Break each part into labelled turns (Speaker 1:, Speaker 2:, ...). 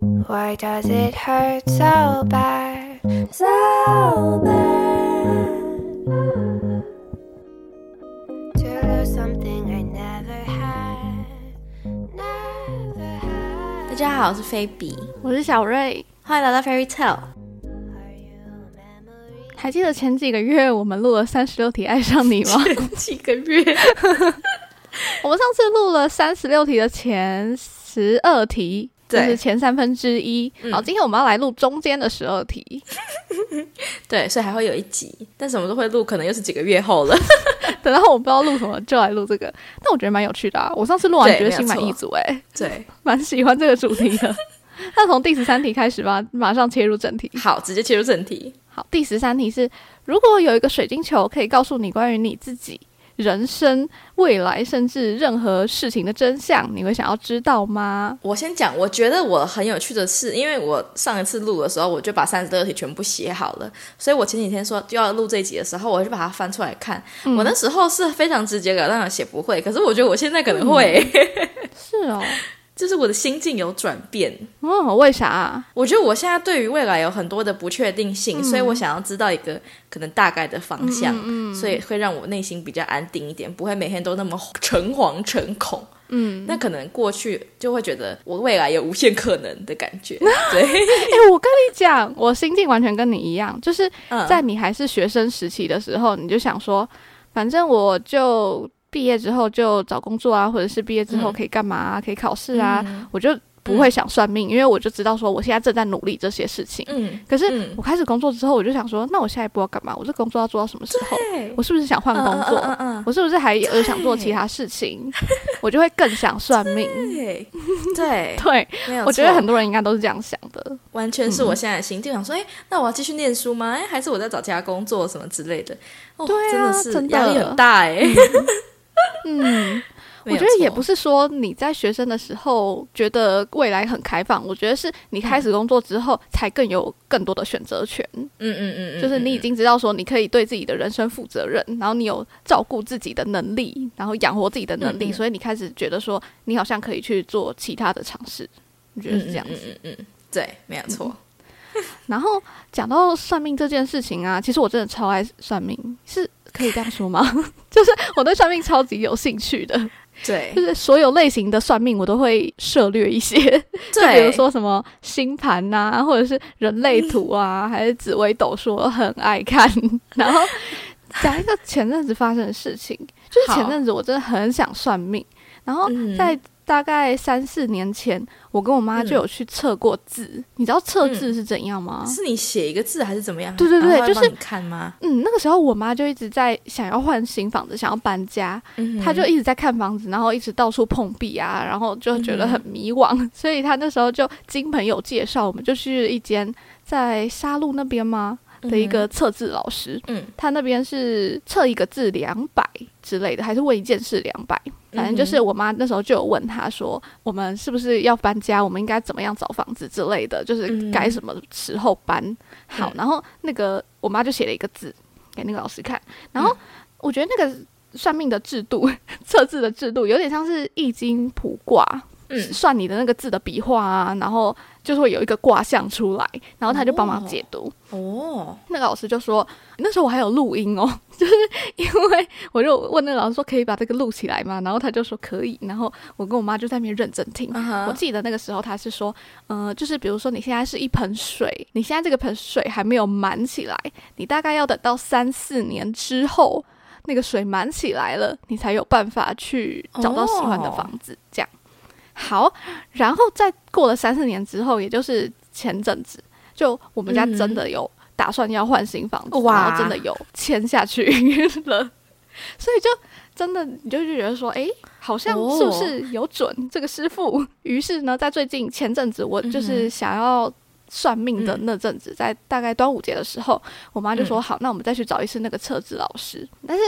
Speaker 1: Why does it hurt so bad? So bad. To lose something I never had. Never
Speaker 2: 大
Speaker 1: had.
Speaker 2: 家好，我是菲比，
Speaker 3: 我是小瑞。
Speaker 2: 欢迎来到 Fairy Tale。
Speaker 1: Are you a memory?
Speaker 3: 还记得前几个月我们录了三十六题爱上 你吗？
Speaker 2: 几个月，
Speaker 3: 我们上次录了三十六题的前十二题，就
Speaker 2: 对
Speaker 3: 是前三分之一。
Speaker 2: 嗯
Speaker 3: 然后今天我们要来录中间的十二题。
Speaker 2: 对，所以还会有一集，但什么都会录，可能又是几个月后了。
Speaker 3: 等到我不知道录什么，就来录这个。但我觉得蛮有趣的啊！我上次录完
Speaker 2: 对
Speaker 3: 觉得心
Speaker 2: 没有
Speaker 3: 满
Speaker 2: 错
Speaker 3: 意足、欸，哎，
Speaker 2: 对，
Speaker 3: 蛮喜欢这个主题 的。那从第十三题开始吧，马上切入正题。
Speaker 2: 好，直接切入正题。
Speaker 3: 好，第十三题是：如果有一个水晶球可以告诉你关于你自己、人生、未来，甚至任何事情的真相，你会想要知道吗？
Speaker 2: 我先讲，我觉得我很有趣的是，因为我上一次录的时候，我就把三十六题全部写好了，所以我前几天说就要录这一集的时候，我就把它翻出来看。我那时候是非常直截了当的写不会，可是我觉得我现在可能会，
Speaker 3: 是哦，
Speaker 2: 就是我的心境有转变。
Speaker 3: 嗯，为啥啊？
Speaker 2: 我觉得我现在对于未来有很多的不确定
Speaker 3: 嗯
Speaker 2: 性，所以我想要知道一个可能大概的方向，
Speaker 3: 嗯
Speaker 2: 所以会让我内心比较安定一点，不会每天都那么诚惶诚恐。嗯，那可能过去就会觉得我未来有无限可能的感觉。对，
Speaker 3: 哎、我跟你讲，我心境完全跟你一样，就是
Speaker 2: 嗯
Speaker 3: 在你还是学生时期的时候，你就想说，反正我就毕业之后就找工作啊，或者是毕业之后
Speaker 2: 嗯
Speaker 3: 可以干嘛啊、可以考试啊，我就不会想算命，因为我就知道说我现在正在努力这些事情。
Speaker 2: 嗯，
Speaker 3: 可是
Speaker 2: 嗯
Speaker 3: 我开始工作之后，我就想说，那我下一步要干嘛？我这工作要做到什么时候？
Speaker 2: 对，
Speaker 3: 我是不是想换工作？
Speaker 2: 嗯嗯
Speaker 3: 我是不是还有想做其他事情？我就会更想算命。
Speaker 2: 嗯，对对，
Speaker 3: 对，
Speaker 2: 没有错，
Speaker 3: 我觉得很多人应该都是这样想的。
Speaker 2: 完全是我现在的心境，想说，哎，那我要继续念书吗？哎，还是我在找其他工作什么之类的？哦，
Speaker 3: 嗯对啊
Speaker 2: 真的是
Speaker 3: 真的
Speaker 2: 压力很大哎。
Speaker 3: 嗯，我
Speaker 2: 没有
Speaker 3: 觉得也
Speaker 2: 错
Speaker 3: 不是说你在学生的时候觉得未来很开放，我觉得是你开始工作之后才更有更多的选择权。
Speaker 2: 嗯嗯嗯嗯，
Speaker 3: 就是你已经知道说你可以对自己的人生负责任，然后你有照顾自己的能力，然后养活自己的能
Speaker 2: 嗯
Speaker 3: 力，
Speaker 2: 嗯
Speaker 3: 所以你开始觉得说你好像可以去做其他的尝试。我觉得是这样子。
Speaker 2: 嗯嗯嗯嗯，嗯对，没有错。
Speaker 3: 然后讲到算命这件事情啊，其实我真的超爱算命，是可以这样说吗？ 就是我对算命超级有兴趣的，
Speaker 2: 对
Speaker 3: 就，是所有类型的算命我都会涉略一些，就
Speaker 2: 对，
Speaker 3: 比如说什么星盘呐、或者是人类图啊，还是紫微斗数，我很爱 看。然后讲一个前阵子发生的事情，就是前
Speaker 2: 好
Speaker 3: 阵子我真的很想算命，然后
Speaker 2: 嗯
Speaker 3: 在大概三四年前，我跟我妈就有去测过字。你知道
Speaker 2: 嗯
Speaker 3: 测字是怎样吗？
Speaker 2: 是你写一个字还是怎么样？
Speaker 3: 对对对
Speaker 2: 然后他会
Speaker 3: 就是
Speaker 2: 帮你看吗？
Speaker 3: 嗯，那个时候我妈就一直在想要换新房子，想要搬家，
Speaker 2: 嗯哼
Speaker 3: 她就一直在看房子，然后一直到处碰壁啊，然后就觉得很迷惘，
Speaker 2: 嗯
Speaker 3: 所以她那时候就经朋友介绍，我们就去一间在沙鹿那边吗的一个测字老师，
Speaker 2: 嗯
Speaker 3: 他那边是测一个字两百之类的，还是问一件事两百，反正就
Speaker 2: 嗯
Speaker 3: 是我妈那时候就有问她说，我们是不是要搬家，我们应该怎么样找房子之类的，就是
Speaker 2: 嗯
Speaker 3: 该什么时候搬。好
Speaker 2: 嗯，
Speaker 3: 然后那个我妈就写了一个字给那个老师看，
Speaker 2: 嗯
Speaker 3: 然后我觉得那个算命的制度，测字的制度有点像是易经卜卦，
Speaker 2: 嗯
Speaker 3: 算你的那个字的笔画啊，然后就是会有一个卦象出来，然后他就帮忙解读。
Speaker 2: 哦，
Speaker 3: 那个老师就说，那时候我还有录音哦， 就是因为我就问那个老师说可以把这个录起来吗？然后他就说可以，然后我跟我妈就在那边认真听。
Speaker 2: 嗯哼
Speaker 3: 我记得那个时候他是说，呃，就是比如说你现在是一盆水，你现在这个盆水还没有满起来，你大概要等到三四年之后，那个水满起来了，你才有办法去
Speaker 2: 哦
Speaker 3: 找到喜欢的房子。这样好，然后再过了三四年之后，也就是前阵子，就我们家
Speaker 2: 嗯
Speaker 3: 真的有打算要换新房子，
Speaker 2: 哇
Speaker 3: 然后真的有签下去 了，所以就真的你就觉得说，诶，好像
Speaker 2: 哦
Speaker 3: 是不是有准、这个师傅？于是呢，在最近前阵子，我
Speaker 2: 嗯
Speaker 3: 就是想要算命的那阵子，在大概端午节的时候，我妈就
Speaker 2: 嗯
Speaker 3: 说：“好，那我们再去找一次那个测字老师。”但是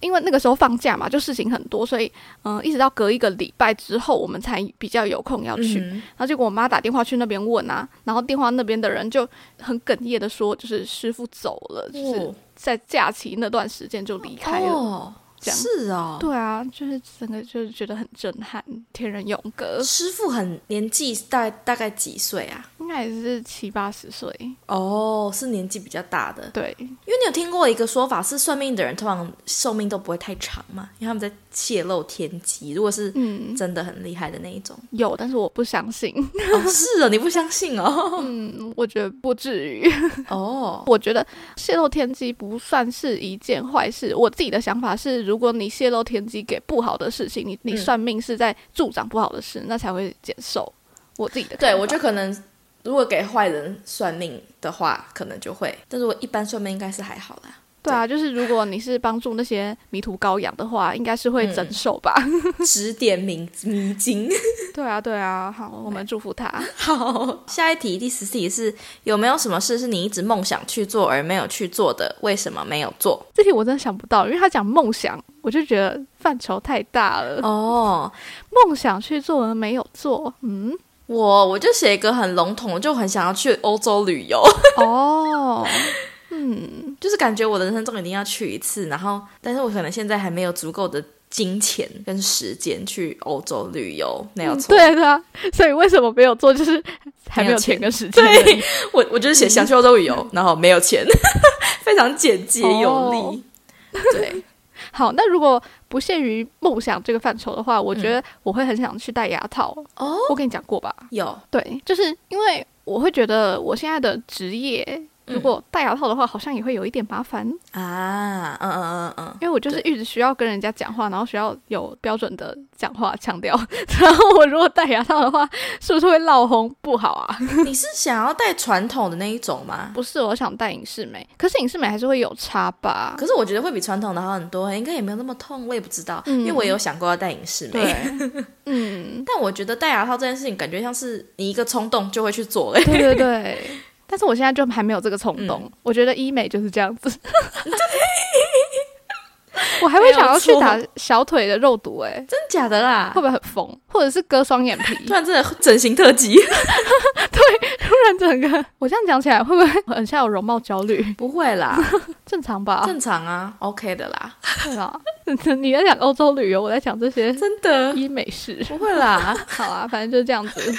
Speaker 3: 因为那个时候放假嘛，就事情很多，所以嗯、一直到隔一个礼拜之后，我们才比较有空要去。
Speaker 2: 嗯
Speaker 3: 然后结果我妈打电话去那边问啊，然后电话那边的人就很哽咽的说，就是师傅走了，
Speaker 2: 哼
Speaker 3: 就是
Speaker 2: 哦
Speaker 3: 在假期那段时间就离开了。
Speaker 2: 哦，
Speaker 3: 这样。
Speaker 2: 是哦，
Speaker 3: 对啊，就是整个就是觉得很震撼，天人永隔，
Speaker 2: 师傅很年纪大大概几岁啊？
Speaker 3: 应该也是七八十岁。
Speaker 2: 哦，是年纪比较大的，
Speaker 3: 对，
Speaker 2: 因为你有听过一个说法是，算命的人通常寿命都不会太长嘛，因为他们在泄露天机。如果是
Speaker 3: 嗯，
Speaker 2: 真的很厉害的那一种，
Speaker 3: 有，但是我不相信，
Speaker 2: 哦，是哦，你不相信哦？
Speaker 3: 嗯，我觉得不至于。
Speaker 2: 哦，
Speaker 3: 我觉得泄露天机不算是一件坏事。我自己的想法是，如果你泄露天机给不好的事情，你你
Speaker 2: 嗯
Speaker 3: 算命是在助长不好的事，那才会减寿。我自己的看
Speaker 2: 对，
Speaker 3: 法
Speaker 2: 我觉得可能如果给坏人算命的话，可能就会，但是我一般算命应该是还好啦。
Speaker 3: 对啊，就是如果你是帮助那些迷途羔羊的话，应该是
Speaker 2: 嗯
Speaker 3: 会增寿吧？
Speaker 2: 指点迷迷津。
Speaker 3: 对啊，对啊，好，我们祝福他。
Speaker 2: 好，下一题，第十题是有没有什么事是你一直梦想去做而没有去做的？为什么没有做？
Speaker 3: 这题我真的想不到，因为他讲梦想，我就觉得范畴太大了。
Speaker 2: 哦，
Speaker 3: 梦想去做而没有做， 嗯，
Speaker 2: 我我就写一个很笼统，我就很想要去欧洲旅游，
Speaker 3: 哦，嗯。
Speaker 2: 就是感觉我的人生中一定要去一次。然后，但是我可能现在还没有足够的金钱跟时间去欧洲旅游，没有
Speaker 3: 嗯
Speaker 2: 错。
Speaker 3: 对的啊，所以为什么没有做，就是还
Speaker 2: 没有
Speaker 3: 没有钱
Speaker 2: 钱
Speaker 3: 跟时间而已。
Speaker 2: 我我就是写想去欧洲旅游，然后没有钱， 非常简洁有力。
Speaker 3: 哦
Speaker 2: 对，
Speaker 3: 好，那如果不限于梦想这个范畴的话，我觉得我会很想去戴牙套。
Speaker 2: 哦，
Speaker 3: 我跟你讲过吧？
Speaker 2: 有，
Speaker 3: 对，就是因为我会觉得我现在的职业。如果戴牙套的话，好像也会有一点麻烦，
Speaker 2: 哦
Speaker 3: 因
Speaker 2: 啊，嗯嗯嗯嗯，
Speaker 3: 为我就是一直需要跟人家讲话，然后需要有标准的讲话腔调。然后我如果戴牙套的话，是不是会闹红不好啊？
Speaker 2: 你是想要带传统的那一种吗？
Speaker 3: 不是，我想戴隐适美，可是隐适美还是会有差吧？
Speaker 2: 可是我觉得会比传统的好很多，应该也没有那么痛，我也不知道，
Speaker 3: 嗯
Speaker 2: 因为我也有想过要戴隐适美。
Speaker 3: 对，嗯，
Speaker 2: 但我觉得戴牙套这件事情，感觉像是你一个冲动就会去做哎、
Speaker 3: 对对对。但是我现在就还没有这个冲
Speaker 2: 嗯
Speaker 3: 动，我觉得医美就是这样子。我还会想要去打小腿的肉毒、哎，
Speaker 2: 真假的啦
Speaker 3: 会？不会很疯？或者是割双眼皮？
Speaker 2: 突然真的整形特辑？
Speaker 3: 突然整个，我这样讲起来会不会很像有容貌焦虑？
Speaker 2: 不会 啦，
Speaker 3: 正常吧？
Speaker 2: 正常啊，OK 的啦，
Speaker 3: 对啊。 你在讲欧洲旅游，我在讲这些
Speaker 2: 真的
Speaker 3: 医美事。
Speaker 2: 不会啦。
Speaker 3: 好啊，反正就是这样子，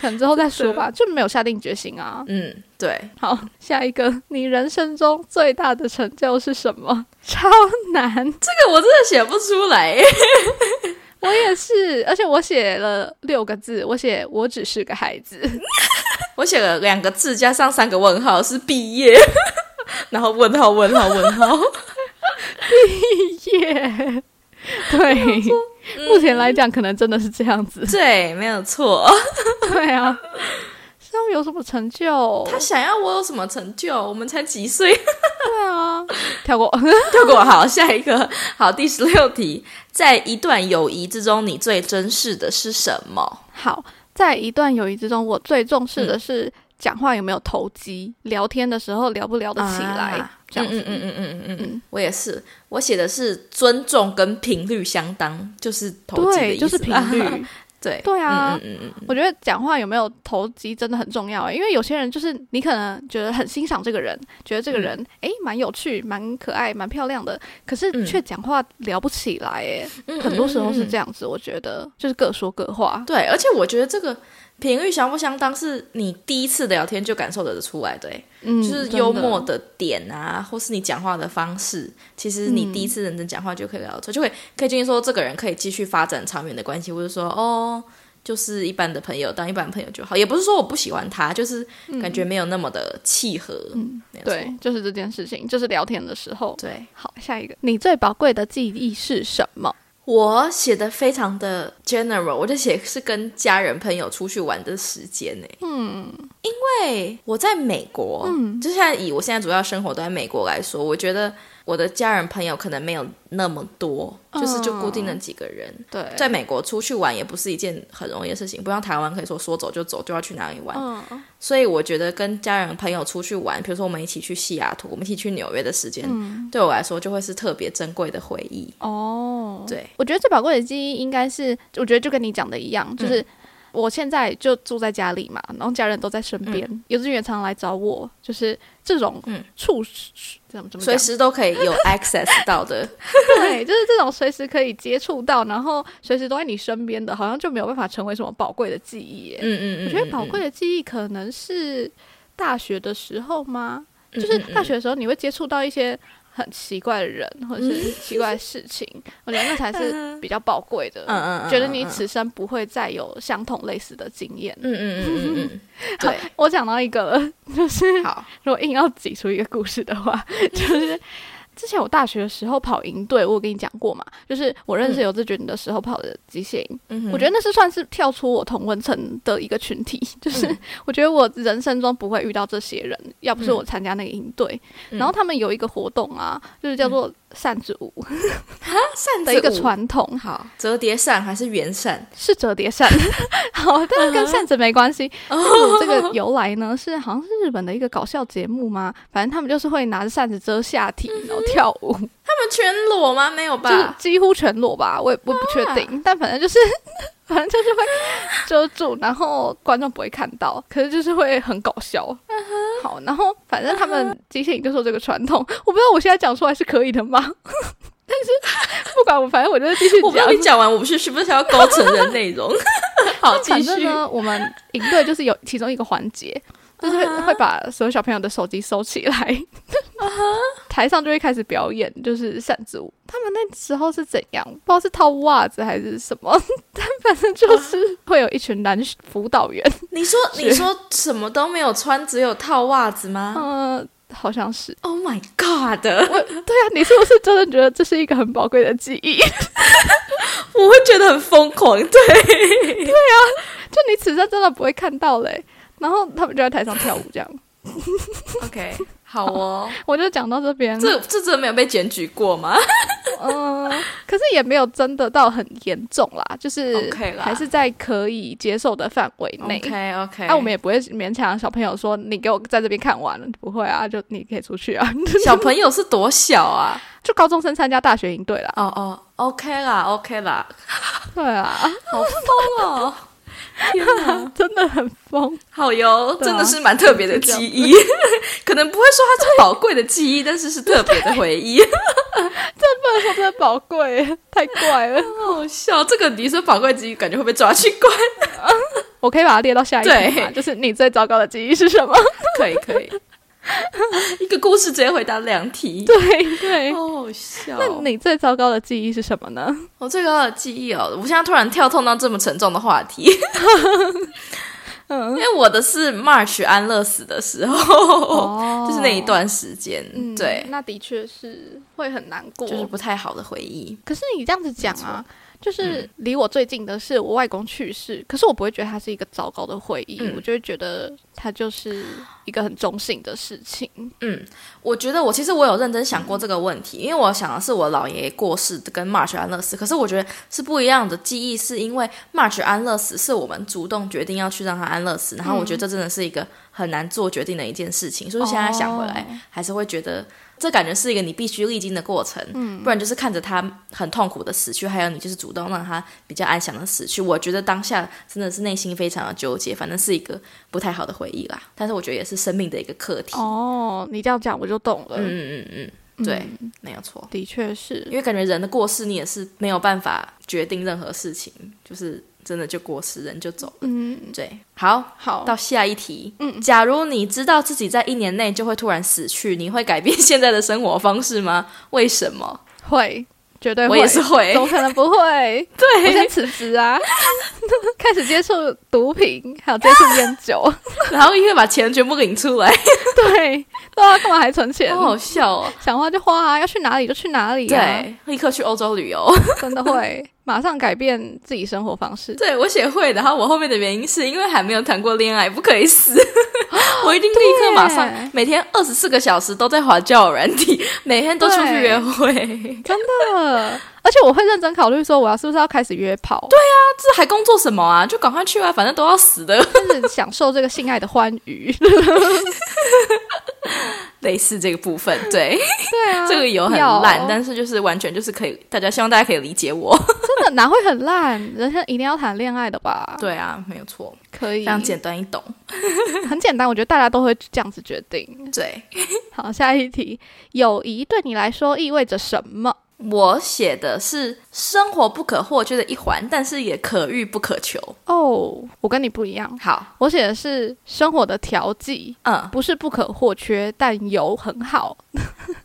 Speaker 3: 可能之后再说吧，就没有下定决心啊。
Speaker 2: 嗯，对，
Speaker 3: 好，下一个，你人生中最大的成就是 什么？超难。
Speaker 2: 这个我真的写不出来、欸。
Speaker 3: 我也是，而且我写了六个字，我写我只是个孩子，
Speaker 2: 我写了两个字加上三个问号是毕业， 然后问号问号问号。。
Speaker 3: 耶、对， 目前来讲可能真的是这样子
Speaker 2: 对，没有错。嗯
Speaker 3: 对啊，是要有什么成就？
Speaker 2: 他想要我有什么成就？我们才几岁？
Speaker 3: 对啊，跳过。
Speaker 2: 跳过好，下一个好，第十六题，在一段友谊之中，你最珍视的是什么？
Speaker 3: 好，在一段友谊之中，我最重视的是讲话有没有投机，聊天的时候聊不聊得起来，
Speaker 2: 啊
Speaker 3: 这样子。
Speaker 2: 嗯嗯嗯嗯嗯嗯
Speaker 3: 嗯，
Speaker 2: 我也是，我写的是尊重跟频率相当，就是投机的
Speaker 3: 对，
Speaker 2: 意思
Speaker 3: 就是频 率。
Speaker 2: 对
Speaker 3: 对啊
Speaker 2: 嗯嗯嗯
Speaker 3: 我觉得讲话有没有投机真的很重要欸，因为有些人就是你可能觉得很欣赏这个人，觉得
Speaker 2: 嗯
Speaker 3: 这个人诶蛮有趣、蛮可爱、蛮漂亮的，
Speaker 2: 嗯
Speaker 3: 可是却讲话聊不起来，哎、
Speaker 2: 嗯，
Speaker 3: 很多时候是这
Speaker 2: 样。
Speaker 3: 样子。我觉得就是各说各 话，
Speaker 2: 对，而且我觉得这个频率相不相当，是你第一次聊天就感受得出来的欸、
Speaker 3: 嗯，
Speaker 2: 就是
Speaker 3: 真的
Speaker 2: 幽默，的点啊，或是你讲话的方式，其实你
Speaker 3: 嗯
Speaker 2: 第一次认真讲话就可以聊得出，就会可以建议说这个人可以继续发展长远的关系，或者说哦，就是一般的朋友当一般朋友就好，也不是说我不喜欢他，就是感觉没有那么的契合，
Speaker 3: 嗯，
Speaker 2: 没有错
Speaker 3: 对，就是这件事情，就是聊天的时候。
Speaker 2: 对。
Speaker 3: 好，下一个，你最宝贵的记忆是什么？
Speaker 2: 我写的非常的 general，我就写是跟家人朋友出去玩的时间呢、
Speaker 3: 嗯，
Speaker 2: 对，我在美国，嗯，就现在以我现在主要生活都在美国来说，我觉得我的家人朋友可能没有那么多，就是就固定了几个人。
Speaker 3: 对，
Speaker 2: 在美国出去玩也不是一件很容易的事情，不像台湾可以说说走就走，就要去哪里玩。
Speaker 3: 嗯，
Speaker 2: 所以我觉得跟家人朋友出去玩，比如说我们一起去西雅图，我们一起去纽约的时间，对我来说就会是特别珍贵的回忆。
Speaker 3: 哦，
Speaker 2: 对，嗯
Speaker 3: 我觉得最宝贵的记忆应该是，我觉得就跟你讲的一样，就是我现在就住在家里嘛，然后家人都在身边，幼稚园常常来找我，就是这种
Speaker 2: 嗯
Speaker 3: 触、怎么怎么
Speaker 2: 随
Speaker 3: 讲，
Speaker 2: 时都可以有 access 到的。
Speaker 3: 对，就是这种随时可以接触到，然后随时都在你身边的，好像就没有办法成为什么宝贵的记忆耶。
Speaker 2: 嗯嗯嗯，
Speaker 3: 我觉得
Speaker 2: 嗯
Speaker 3: 宝贵，的记忆可能是大学的时候吗？
Speaker 2: 嗯
Speaker 3: 就是大学的时候，你会接触到一些很奇怪的人，或者是
Speaker 2: 嗯
Speaker 3: 奇怪的事情，我觉得那才 是比较宝贵的。
Speaker 2: 嗯嗯嗯嗯
Speaker 3: 觉得你此生不会再有相同类似的经验。
Speaker 2: 嗯嗯嗯嗯嗯嗯，对，
Speaker 3: 我讲到一个 了，就是
Speaker 2: 好，
Speaker 3: 如果硬要挤出一个故事的话， 就是之前我大学的时候跑营队，我有跟你讲过嘛，就是我认识
Speaker 2: 嗯
Speaker 3: 游志军的时候跑的极限营，
Speaker 2: 嗯
Speaker 3: 我觉得那是算是跳出我同温层的一个群体， 就是
Speaker 2: 嗯
Speaker 3: 我觉得我人生中不会遇到这些人，要不是
Speaker 2: 嗯
Speaker 3: 我参加那个营队，
Speaker 2: 嗯
Speaker 3: 然后他们有一个活动啊，就是叫做扇子 舞
Speaker 2: 扇
Speaker 3: 的
Speaker 2: 子
Speaker 3: 一个
Speaker 2: 舞
Speaker 3: 传统，
Speaker 2: 好，折叠扇还是圆扇？
Speaker 3: 是折叠扇， 好，但是
Speaker 2: 嗯
Speaker 3: 跟扇子没关系。
Speaker 2: 哦
Speaker 3: 扇子舞这个由来呢，是好像是日本的一个搞笑节目吗？反正他们就是会拿着扇子遮下体，
Speaker 2: 嗯
Speaker 3: 然后跳舞，
Speaker 2: 他们全裸吗？没有
Speaker 3: 就是
Speaker 2: 吧？
Speaker 3: 几乎全裸吧，我也我也不确定，但反正就是， 反正就是会遮住，然后观众不会看到，可是就是会很搞笑。
Speaker 2: 嗯
Speaker 3: 好，然后反正他们机械影就说这个传统，我不知道我现在讲出来是可以的吗？ 但是 不管我，反正我就是继续
Speaker 2: 我不知道
Speaker 3: 讲
Speaker 2: 你。讲完，我们是是不是要勾成人内 容？好，继
Speaker 3: 反正
Speaker 2: 续。
Speaker 3: 呢，我们营队就是有其中一个环节，就是
Speaker 2: 啊
Speaker 3: 会会把所有小朋友的手机收起来， 台上就会开始表演，就是扇子舞。他们那时候是怎样？不知道是套袜子还是什么， 但反正
Speaker 2: 啊
Speaker 3: 就是会有一群男辅导员，
Speaker 2: 你说你说什么都没有穿，只有套袜子吗
Speaker 3: 嗯、好像是。
Speaker 2: ？Oh my god！
Speaker 3: 我对啊，你是不是真的觉得这是一个很宝贵的记忆？
Speaker 2: 我会觉得很疯狂，对，
Speaker 3: 就你此生真的不会看到嘞、然后他们就在台上跳舞，这样。
Speaker 2: OK，好哦，
Speaker 3: 我就讲到这边，
Speaker 2: 这这真的没有被检举过吗？
Speaker 3: 嗯， 可是也没有真的到很严重啦，就是
Speaker 2: OK 啦
Speaker 3: 还是在可以接受的范围内。
Speaker 2: OK OK，
Speaker 3: 那、啊我们也不会勉强小朋友说你给我在这边看完了，不会啊，就你可以出去啊，
Speaker 2: 小朋友是多小啊？
Speaker 3: 就高中生参加大学营队啦，
Speaker 2: 哦哦，OK 啦 OK 啦，
Speaker 3: 对啊，
Speaker 2: 好疯哦！天哪，
Speaker 3: 真的很疯，
Speaker 2: 好哟，
Speaker 3: 对啊
Speaker 2: 真的是蛮特别的记忆， 可能不会说它是宝贵的记忆，但是是特别的回忆。
Speaker 3: 说真的宝贵 耶，太怪了，
Speaker 2: 好笑，这个女生宝贵记忆感觉会被抓去关。
Speaker 3: 我可以把它列到下一题嘛，
Speaker 2: 对
Speaker 3: 就是你最糟糕的记忆是什么？
Speaker 2: 可以可以，一个故事直接回答两题，
Speaker 3: 对对。
Speaker 2: 好好笑
Speaker 3: 哦那你最糟糕的记忆是什么呢？
Speaker 2: 我最高的记忆哦，我现在突然跳痛到这么沉重的话题，
Speaker 3: 嗯
Speaker 2: 因为我的是 March 安乐死的时候，
Speaker 3: 哦
Speaker 2: 就是那一，段时间，
Speaker 3: 嗯
Speaker 2: 对，
Speaker 3: 那的确是会很难过，
Speaker 2: 就是不太好的回忆。
Speaker 3: 可是你这样子讲啊，就是离我最近的是我外公去世，可是我不会觉得它是一个糟糕的回忆，
Speaker 2: 嗯
Speaker 3: 我就会觉得它就是一个很中性的事情。
Speaker 2: 嗯，我觉得我其实我有认真想过这个问题，因为我想的是我姥爷过世跟 March 安乐死，可是我觉得是不一样的记忆，是因为 March 安乐死是我们主动决定要去让他安乐死，然后我觉得这真的是一个很难做决定的一件事情，所以现在想回来
Speaker 3: 哦
Speaker 2: 还是会觉得。这感觉是一个你必须历经的过程，不然就是看着他很痛苦的死去，还有你就是主动让他比较安详的死去。我觉得当下真的是内心非常的纠结，反正是一个不太好的回忆啦。但是我觉得也是生命的一个课题。
Speaker 3: 哦，你这样讲我就懂了，
Speaker 2: 嗯嗯嗯，对，没有错。
Speaker 3: 的确
Speaker 2: 因
Speaker 3: 是。
Speaker 2: 为感觉人的过世，你也是没有办法决定任何事情，就是真的就过世，人就走了。
Speaker 3: 嗯，
Speaker 2: 对，好，
Speaker 3: 好，
Speaker 2: 到下一题。嗯，假如你知道自己在一年内就会突然死去，你会改变现在的生活方式吗？为什么？
Speaker 3: 会，绝对
Speaker 2: 我
Speaker 3: 会，
Speaker 2: 也是会。
Speaker 3: 怎么可能不 会？我先
Speaker 2: 对，
Speaker 3: 辞职 啊，开始接触毒品，还有接触烟酒，
Speaker 2: 然后因为把钱全部领出来，
Speaker 3: 对，对啊，干嘛还存 钱
Speaker 2: 好？好笑哦。
Speaker 3: 想花就花啊，要去哪里就去哪里、啊。
Speaker 2: 对，立刻去欧洲旅游。
Speaker 3: 真的 会马上改变自己生活方式。
Speaker 2: 对我写会，然后我后面的原因是因为还没有谈过恋爱，不可以死。 我一定立刻马上
Speaker 3: 啊对，
Speaker 2: 每天二十四个小时都在滑交友软体，每天都出去约会。
Speaker 3: 真的，而且我会认真考虑说，我要是不是要开始约炮，对，
Speaker 2: 这还工作什么啊？就赶快去啊，反正都要死的。
Speaker 3: 开始享受这个性爱的欢愉。
Speaker 2: 类似这个部分，对，
Speaker 3: 对啊，
Speaker 2: 这个油很
Speaker 3: 要
Speaker 2: 烂，但是就是完全就是可以，大家希望大家可以理解我。
Speaker 3: 真的哪会很烂？人生一定要谈恋爱的吧？，
Speaker 2: 对啊，没有错，
Speaker 3: 可
Speaker 2: 非
Speaker 3: 以，
Speaker 2: 常简单易懂。
Speaker 3: 很简单，我觉得大家都会这样子决定。
Speaker 2: 对
Speaker 3: 好，下一题，友谊对你来说意味着什么？
Speaker 2: 我写的是生活不可或缺的一环，但是也可遇不可求。
Speaker 3: 哦，我跟你不一样，
Speaker 2: 好，
Speaker 3: 我写的是生活的调剂，
Speaker 2: 嗯，
Speaker 3: 不是不可或缺，但有很好，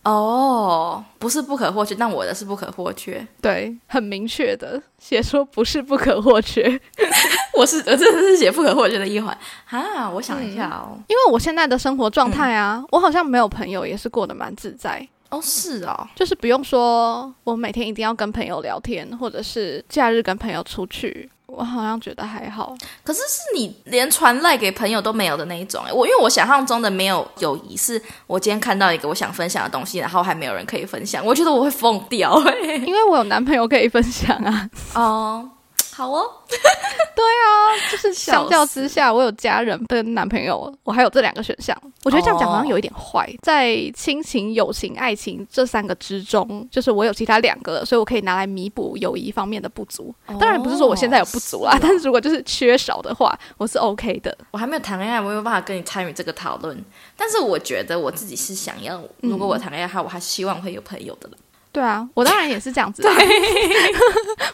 Speaker 2: 哦，不是不可或缺，但我的是不可或缺。
Speaker 3: 对，很明确的写说不是不可或缺，因
Speaker 2: 我是我真的是写不可或缺的一环啊！我想一下哦，
Speaker 3: 为我现在的生活
Speaker 2: 嗯
Speaker 3: 状态啊，我好像没有朋友，也是过得蛮自在。
Speaker 2: 哦是哦，
Speaker 3: 就是不用说，我每天一定要跟朋友聊天，或者是假日跟朋友出去，我好像觉得还好。
Speaker 2: 可是是你连传赖给朋友都没有的那一种欸诶。我因为我想象中的没有友谊，是我今天看到一个我想分享的东西，然后还没有人可以分享，我觉得我会疯掉欸诶。
Speaker 3: 因为我有男朋友可以分享啊。
Speaker 2: 哦，好哦，
Speaker 3: 就是相较之下，我有家人跟男朋友，我还有这两个选项。我觉得这样讲好
Speaker 2: 哦
Speaker 3: 像有一点坏。在亲情、友情、爱情这三个之中，就是我有其他两个了，所以我可以拿来弥补友谊方面的不足。当然不是说我现在有不足啦，
Speaker 2: 哦哦是哦
Speaker 3: 但是如果就是缺少的话，我是 OK 的。
Speaker 2: 我还没有谈恋爱，我没有办法跟你参与这个讨论。但是我觉得我自己是想要，如果我谈恋爱的话，我还是希望会有朋友的啦。
Speaker 3: 对啊，我当然也是这样子 啊。哦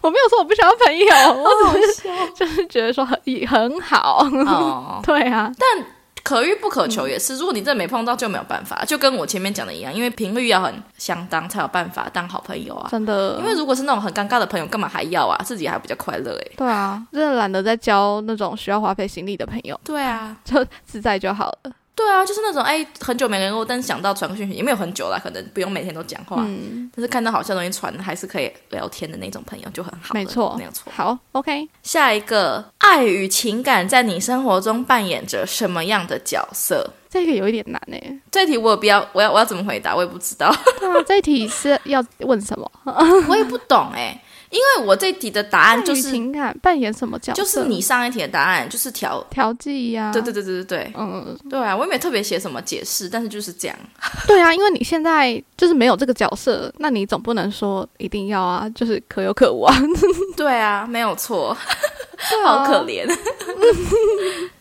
Speaker 3: 我没有说我不想要朋友，我只是就是觉得说很很好。
Speaker 2: 哦，
Speaker 3: 对啊，
Speaker 2: 可遇不可求也是，如果你真的没碰到，就没有办法。就跟我前面讲的一样，因为频率要很相当才有办法当好朋友啊。
Speaker 3: 真的，
Speaker 2: 因为如果是那种很尴尬的朋友，干嘛还要啊？自己还比较快乐诶。
Speaker 3: 对啊，真的懒得再交那种需要花费心力的朋友，
Speaker 2: 对啊，
Speaker 3: 就自在就好了。
Speaker 2: 对啊，就是那种哎，很久没联络，但是想到传个讯息，也没有很久啦，可能不用每天都讲话，
Speaker 3: 嗯，
Speaker 2: 但是看到好笑的东西传，还是可以聊天的那种朋友就很好了。
Speaker 3: 没错
Speaker 2: 没有错。
Speaker 3: 好，OK，
Speaker 2: 下一个，爱与情感在你生活中扮演着什么样的角色？
Speaker 3: 这个有一点难诶。
Speaker 2: 这题我有必要，我要我要怎么回答？我也不知道，
Speaker 3: 对啊，这一题是要问什 么？
Speaker 2: 我也不懂哎、因为我这题的答案就
Speaker 3: 爱与
Speaker 2: 是
Speaker 3: 情感扮演什么角色？
Speaker 2: 就是你上一题的答案，就是调。
Speaker 3: 调剂呀。
Speaker 2: 对对对对对对
Speaker 3: 嗯，
Speaker 2: 对啊！我也没特别写什么解释，但是就是这样。
Speaker 3: 对啊，因为你现在就是没有这个角色，那你总不能说一定要啊，就是可有可无啊，
Speaker 2: 对啊，没有错，好可怜。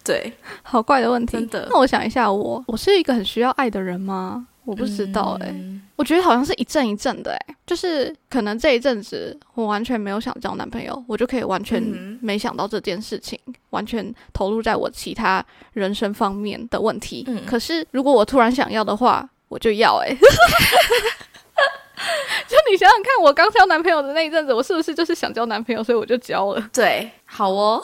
Speaker 2: 对，
Speaker 3: 好怪的问题。
Speaker 2: 真的
Speaker 3: 那我想一下我，我是一个很需要爱的人吗？我不知道哎、
Speaker 2: 嗯
Speaker 3: 我觉得好像是一阵一阵的哎、就是可能这一阵子我完全没有想交男朋友，我就可以完全
Speaker 2: 嗯
Speaker 3: 没想到这件事情，完全投入在我其他人生方面的问题。
Speaker 2: 嗯
Speaker 3: 可是如果我突然想要的话，我就要哎、 就你想想看，我刚交男朋友的那一阵子，我是不是就是想交男朋友，所以我就交了？
Speaker 2: 对，好哦。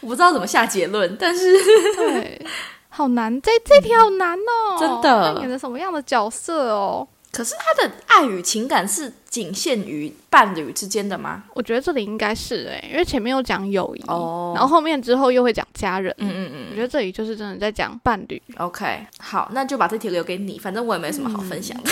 Speaker 2: 我不知道怎么下结论，但是
Speaker 3: 对， 好难，这这题好难哦，
Speaker 2: 嗯真的
Speaker 3: 扮演着什么样的角色哦？
Speaker 2: 可是他的爱与情感是仅限于伴侣之间的吗？
Speaker 3: 我觉得这里应该是哎、因为前面又讲友谊，
Speaker 2: 哦
Speaker 3: 然后后面之后又会讲家人，
Speaker 2: 嗯嗯
Speaker 3: 我
Speaker 2: 嗯
Speaker 3: 觉得这里就是真的在讲伴侣，
Speaker 2: ，OK，好，那就把这题留给你，反正我也没什么好分享的。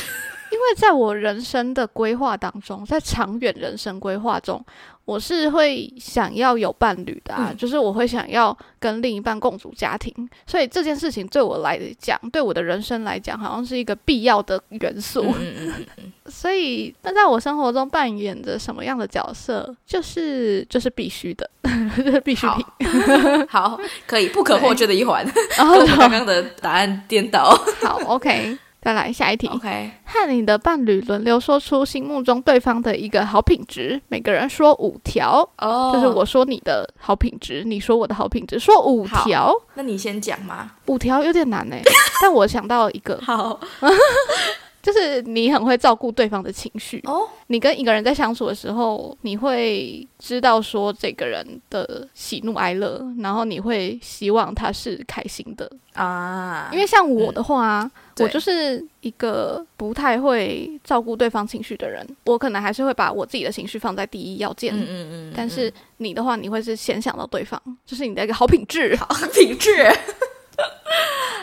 Speaker 3: 因为在我人生的规划当中，在长远人生规划中，我是会想要有伴侣的、啊，
Speaker 2: 嗯
Speaker 3: 就是我会想要跟另一半共组家庭，所以这件事情对我来讲，对我的人生来讲，好像是一个必要的元素。
Speaker 2: 嗯嗯嗯，
Speaker 3: 所以，那在我生活中扮演着什么样的角色，就是就是必须的， 就是必需
Speaker 2: 好
Speaker 3: 品。
Speaker 2: 好，可以，不可或缺的一环，跟
Speaker 3: 然后
Speaker 2: 我们刚刚的答案颠倒。
Speaker 3: 好，OK，再来下一题。
Speaker 2: OK，
Speaker 3: 和你的伴侣轮流说出心目中对方的一个好品质，每个人说五条，
Speaker 2: 哦，
Speaker 3: 就是，我说你的好品质，你说我的好品质，说五条，
Speaker 2: 那你先讲嘛。
Speaker 3: 五条有点难哎、 但我想到一个，
Speaker 2: 好，
Speaker 3: 就是你很会照顾对方的情绪。
Speaker 2: 哦，
Speaker 3: 你跟一个人在相处的时候，你会知道说这个人的喜怒哀乐，然后你会希望他是开心的，
Speaker 2: 啊，
Speaker 3: 因为像我的话、啊，
Speaker 2: 对
Speaker 3: 我就是一个不太会照顾对方情绪的人，我可能还是会把我自己的情绪放在第一要件。
Speaker 2: 嗯嗯嗯，
Speaker 3: 但是你的话，你会是先想到对方，就是你的一个好品质。 好，
Speaker 2: 嗯品质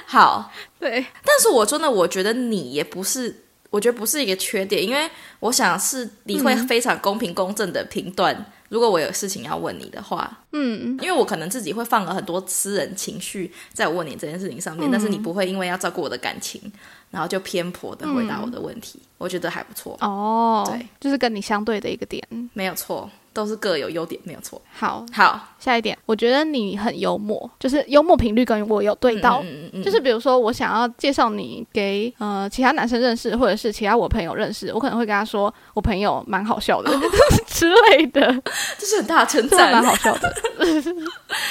Speaker 2: 好，
Speaker 3: 对，
Speaker 2: 但是我真的，我觉得你也不是，
Speaker 3: 嗯
Speaker 2: 我觉得不是一个缺点，因为我想是你会非常公平公正的评断如果我有事情要问你的话，
Speaker 3: 嗯，
Speaker 2: 因为我可能自己会放了很多私人情绪在我问你这件事情
Speaker 3: 嗯
Speaker 2: 上面，但是你不会因为要照顾我的感情，然后就偏颇的
Speaker 3: 嗯
Speaker 2: 回答我的问题，我觉得还不错，
Speaker 3: 哦，
Speaker 2: 对，
Speaker 3: 就是跟你相对的一个点。
Speaker 2: 没有错，都是各有优点，没有错。
Speaker 3: 好，
Speaker 2: 好，
Speaker 3: 下一点，我觉得你很幽默，就是幽默频率跟我有对到。
Speaker 2: 嗯嗯嗯，
Speaker 3: 就是比如说，我想要介绍你给呃其他男生认识，或者是其他我朋友认识，我可能会跟他说我朋友蛮好笑的、 之类的，
Speaker 2: 这哦是很大的称
Speaker 3: 真的蛮
Speaker 2: 赞，
Speaker 3: 好笑的。